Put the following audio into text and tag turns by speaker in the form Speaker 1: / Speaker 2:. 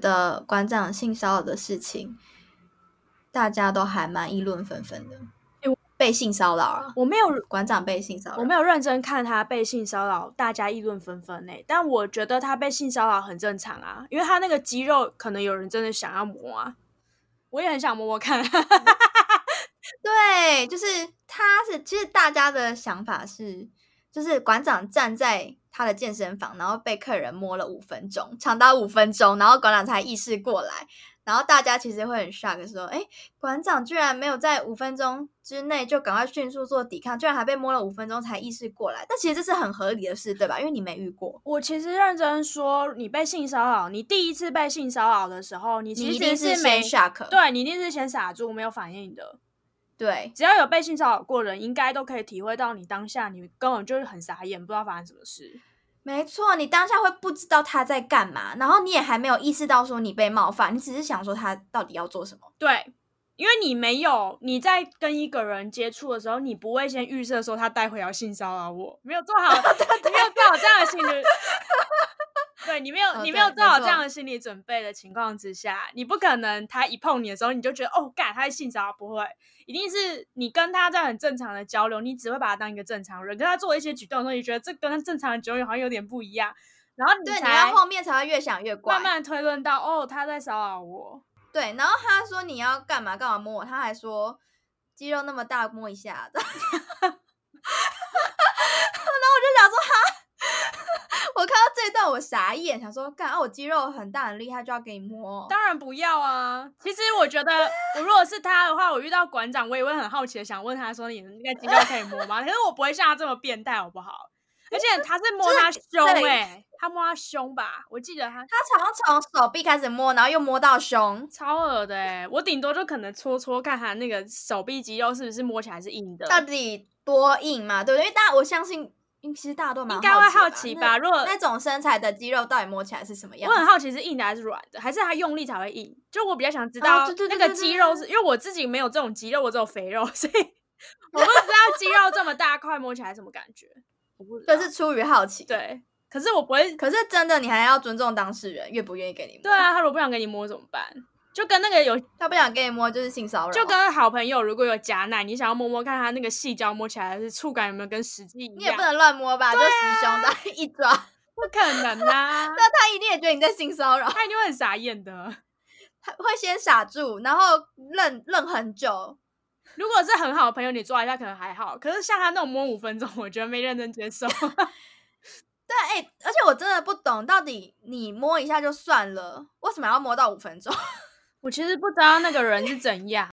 Speaker 1: 得馆长性骚扰的事情，大家都还蛮议论纷纷的
Speaker 2: 诶我。
Speaker 1: 被性骚扰啊，
Speaker 2: 我没有
Speaker 1: 馆长被性骚扰，
Speaker 2: 我没有认真看他被性骚扰，大家议论纷纷呢。但我觉得他被性骚扰很正常啊，因为他那个肌肉可能有人真的想要磨啊，我也很想摸摸看。
Speaker 1: 对，就是他是，其实大家的想法是，就是馆长站在他的健身房，然后被客人摸了五分钟，长达五分钟，然后馆长才意识过来，然后大家其实会很 shock 说，哎，馆长居然没有在五分钟之内就赶快迅速做抵抗，居然还被摸了五分钟才意识过来，但其实这是很合理的事，对吧？因为你没遇过，
Speaker 2: 我其实认真说，你被性骚扰，你第一次被性骚扰的时候，你
Speaker 1: 你
Speaker 2: 其
Speaker 1: 一定
Speaker 2: 实
Speaker 1: 是
Speaker 2: 没
Speaker 1: 先 shock，
Speaker 2: 对你一定是先傻住，没有反应的。
Speaker 1: 对
Speaker 2: 只要有被性骚扰过的人，应该都可以体会到你当下你根本就是很傻眼，不知道发生什么事。
Speaker 1: 没错，你当下会不知道他在干嘛，然后你也还没有意识到说你被冒犯，你只是想说他到底要做什么。
Speaker 2: 对，因为你没有你在跟一个人接触的时候，你不会先预设说他待会要性骚扰我，没有做 好，你没有做好这样的心理。对你没有，
Speaker 1: 哦
Speaker 2: 你
Speaker 1: 对
Speaker 2: 没有
Speaker 1: 没
Speaker 2: 做好这
Speaker 1: 错
Speaker 2: 样的心理准备的情况之下，你不可能他一碰你的时候你就觉得哦，干他是性骚扰，不会，一定是你跟他在很正常的交流，你只会把他当一个正常人，跟他做一些举动的时候，你觉得这跟正常的举动好像有点不一样，然后你
Speaker 1: 对，你
Speaker 2: 才
Speaker 1: 要后面才会越想越怪。
Speaker 2: 慢慢推论到哦，他在骚扰我，
Speaker 1: 对，然后他说你要干嘛干嘛摸我，他还说肌肉那么大摸一下。 然后我就想说哈， 我看到这一段我傻眼，想说干啊，我肌肉很大很厉害就要给你摸。哦
Speaker 2: 当然不要啊！其实我觉得，我如果是他的话，我遇到馆长，我也会很好奇的想问他说：“你那个肌肉可以摸吗？” 可是我不会像他这么变态，好不好？而且他是摸
Speaker 1: 就是
Speaker 2: 他胸
Speaker 1: 对
Speaker 2: 哎、他摸他胸吧，我记得他
Speaker 1: 他常常从手臂开始摸，然后又摸到胸，
Speaker 2: 超恶的哎、我顶多就可能搓搓看他那个手臂肌肉是不是摸起来是硬的，
Speaker 1: 到底多硬嘛？对不对？因为大家我相信，因为其实大家都蛮
Speaker 2: 应该会
Speaker 1: 好
Speaker 2: 好
Speaker 1: 奇
Speaker 2: 奇
Speaker 1: 的
Speaker 2: 吧？
Speaker 1: 吧
Speaker 2: 如果
Speaker 1: 那？那种身材的肌肉到底摸起来是什么样
Speaker 2: 我
Speaker 1: 子？
Speaker 2: 很好奇是硬的还是软的，还是他用力才会硬？就我比较想知
Speaker 1: 啊
Speaker 2: 道
Speaker 1: 对对对
Speaker 2: 那
Speaker 1: 对对
Speaker 2: 个肌
Speaker 1: 对
Speaker 2: 肉是，因为我自己没有这种肌肉，我只有肥肉， 所以我不知道肌肉这么大块摸起来什么感觉。我不知道
Speaker 1: 就是出于好奇。，
Speaker 2: 对，可是我不会。
Speaker 1: 可是真的你还要尊重当事人，愿不愿意给你摸？
Speaker 2: 对啊，他如果不想给你摸怎么办？就跟那个有，
Speaker 1: 他不哦想给你摸就是性骚扰，啊
Speaker 2: 就跟好朋友如果有假奶，你想要摸摸看他那个细胶摸起来是触感有没有跟实际一样？啊
Speaker 1: 你也不能乱摸吧，就实胸的一抓，
Speaker 2: 不可能啊，
Speaker 1: 他一定也觉得你在性骚扰，
Speaker 2: 他一定会很傻眼的。
Speaker 1: 他会先傻住，然后愣愣很久。
Speaker 2: 如果是很好的朋友，你抓一下可能还好，可是像他那种摸五分钟，我觉得没认真接受。
Speaker 1: 对，哎、而且我真的不懂，到底你摸一下就算了，为什么要摸到五分钟？
Speaker 2: 我其实不知道那个人是怎样，